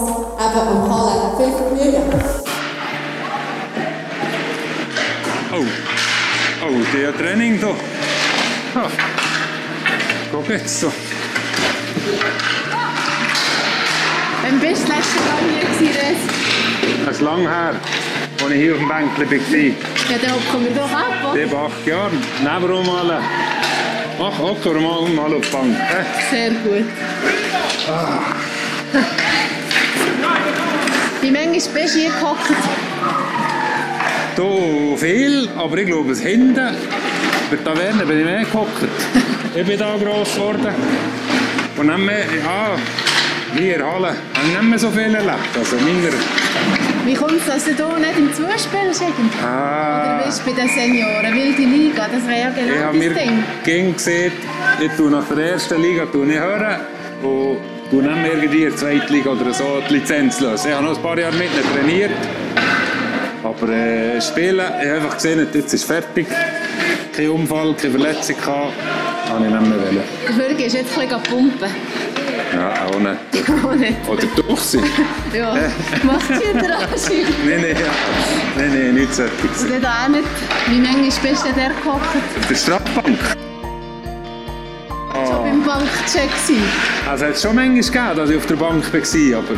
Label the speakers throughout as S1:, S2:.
S1: maken een gala café verkleuren.
S2: Oh, oh, der Training Oh. da. Ha. Guck jetzt so.
S3: Wann bist du das letzte Mal hier gewesen?
S2: Das ist lang her, als ich hier auf dem Bänkchen war.
S3: Res? Ja, dann kommen wir doch ab, oder?
S2: Sieben, acht Jahre. Neberum alle. Ach, Ocker, mal, mal auf die Bank. hä?
S3: Sehr gut. Wie manchmal bist du hier gehockt?
S2: Du, viel, aber ich glaube, es hinten. Bei der Taverne bin ich mehr gehockt. Ich bin da gross geworden. Und nicht mehr, ja, wir alle haben nicht mehr so viel erlebt. Also meiner,
S3: Wie kommt es, dass du hier nicht im Zuspiel bist? eigentlich?
S2: ah,
S3: Oder bist du bei den Senioren? Wilde Liga, das wäre ja
S2: ich
S3: genau
S2: habe mir
S3: das Ding.
S2: ging gesehen, ich tue nach der ersten Liga tue nicht hören und tue nicht mehr irgendwie in der zweiten Liga oder so die Lizenz los. Ich habe noch ein paar Jahre mit ihnen trainiert, aber äh, spielen, ich habe einfach gesehen, jetzt ist fertig. Kein Unfall, keine Verletzung gehabt, habe ich nicht mehr wollen.
S3: Dafür gehst du jetzt ein bisschen pumpen.
S2: Ja, auch nicht.
S3: Auch nicht.
S2: Oder durch sie.
S3: Ja, macht hier den Anschein.
S2: Nein, nein, ja. nein, nein, nicht so etwas.
S3: Und dann Also auch nicht. Wie manchmal bist du der gehockt?
S2: Auf der Strafbank.
S3: Schon beim Bankcheck gewesen.
S2: Also es hat schon manchmal gegeben, dass ich auf der Bank war, aber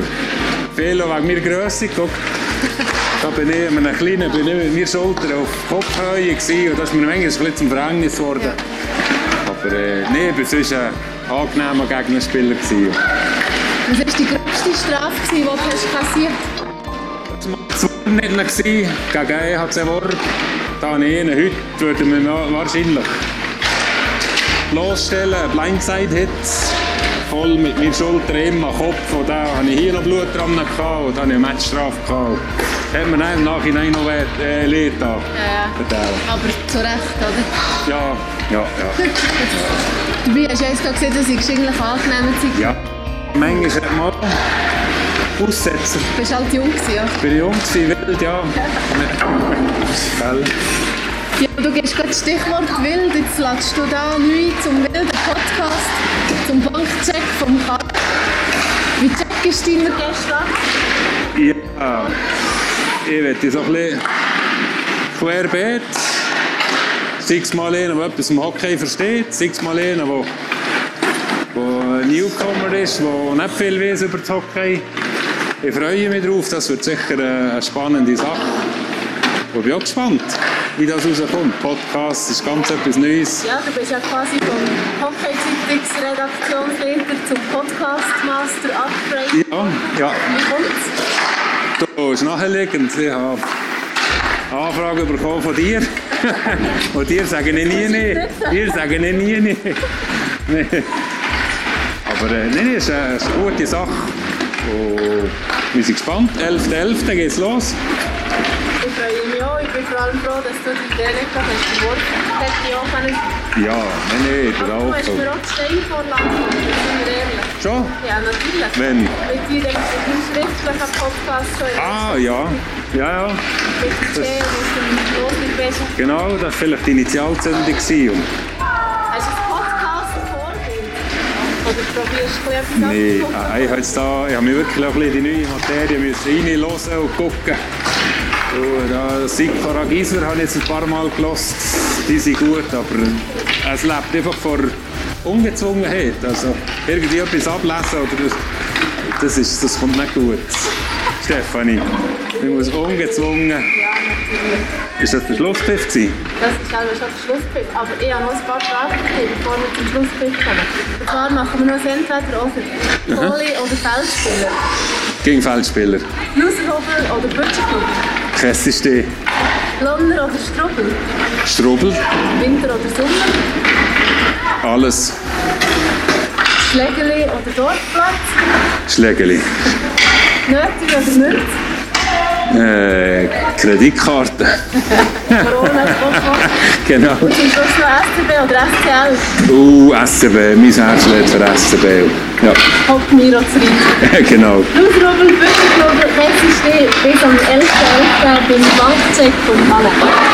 S2: viele wegen meiner Grösse, guck, da bin ich mit einem Kleinen, bin ich mit meiner Schulter auf Kopfhöhe gewesen und das ist mir manchmal ein bisschen zum Verhängnis geworden. Aber äh, nee, ich war sonst ein angenehmer Gegnerspieler. Gewesen.
S3: Das war die gröbste Strafe, gewesen, die du hast kassiert hast.
S2: Das war das Wurmnettel gewesen, gegen EHC Wurm. Da habe ich ihn, heute würden wir ihn wa- wahrscheinlich losstellen, Blindside-Hits. Voll mit meiner Schulter immer am Kopf. Und da hatte ich hier noch Blut dran gehabt, und dann hatte ich eine Matchstrafe. gehabt. Das hat mir dann im Nachhinein noch weh äh, leid getan.
S3: Ja,
S2: Vertel.
S3: aber zu Recht, oder?
S2: Ja, ja, ja.
S3: Dabei hast du jetzt gerade gesehen, dass ich eigentlich angenehm war.
S2: ja. Manchmal hat man auch Aussetzer.
S3: Du warst halt jung, gewesen, ja.
S2: Bin ich jung, gewesen, wild, ja. Gell?
S3: Ja, du gibst gerade das Stichwort wild. Jetzt lädst du da Leute zum wilden Podcast, zum Bankcheck vom Karl. Wie checkst du deine Gäste ab?
S2: Ja, ich werde so ein bisschen querbeet. Sechsmal einer, der etwas im Hockey versteht. Sechsmal einer, der, der ein Newcomer ist, der nicht viel weiß über das Hockey. Ich freue mich drauf, das wird sicher äh, eine spannende Sache. Und ich bin auch gespannt, wie das rauskommt. Podcast ist ganz etwas Neues.
S3: Ja, du bist ja quasi vom Hockey-Zeitungsredaktionsleiter zum Podcast-Master upgrade.
S2: Ja, ja.
S3: Wie kommt's?
S2: Da ist nachliegend. Ich habe Anfragen bekommen von dir. Und dir sagen ich nie nein. Dir sagen ich nie nein. Nee. Aber äh, nein, es ist eine, ist eine gute Sache. Und wir sind gespannt. 11.11. geht's los.
S3: Ich freue mich auch. Ich bin vor allem froh, dass du die Idee nicht hast. Die Worte hätte ich auch können.
S2: Ja, nein, nein, der
S3: Du hast
S2: Alkohol.
S3: mir auch die Steinvorlage gegeben, sind wir ehrlich.
S2: Schon?
S3: Ja, natürlich.
S2: Wenn?
S3: Mit dir denkst du, du schriftlichen Podcast schon in
S2: Ah, ja. Ja, ja.
S3: mit dem Che und aus dem großen Besen.
S2: Genau, das war vielleicht die Initialzündung. gewesen. Und
S3: Hast du ein Podcast-Vorbild? Oder probierst du etwas
S2: Nee,
S3: abzugucken?
S2: äh, ich habe jetzt da, ich habe mich wirklich auch ein bisschen in die neue Materie müssen reinhören und gucken. Und da Sikora Gieser habe ich jetzt ein paar Mal gelost. Die sind gut, aber es lebt einfach von Ungezwungenheit. Also irgendwie etwas ablesen oder das, das, ist, das kommt nicht gut. Stefanie, ich muss ungezwungen.
S3: Ja, natürlich.
S2: Ist das der Schlusspfiff gewesen?
S3: Das ist selber schon der Schlusspfiff. Aber ich habe noch ein paar Fragen für dich, bevor wir zum Schlusspfiff kommen. Und zwar machen wir noch ein Entweder-Oder. Goalie oder Feldspieler?
S2: Gegen Feldspieler.
S3: Nusshoffer oder Butcherclub?
S2: Kessiste,
S3: Lonner oder Strubbel?
S2: Strobel,
S3: Winter oder Sommer?
S2: alles.
S3: Schlägeli oder Dorfplatz?
S2: Schlägeli.
S3: Nötig oder Mürz?
S2: Äh, Kreditkarte.
S3: Corona, Sportwasser?
S2: genau.
S3: Und zum Schluss noch SCB oder SCL?
S2: Uh, SCB, mein Herz lädt für SCB. Ja,
S3: Hopp mir auch rein.
S2: genau.
S3: Blutrubel, Bücherknobel, Messi steht bis am 11.11. beim Bankcheck von Halle.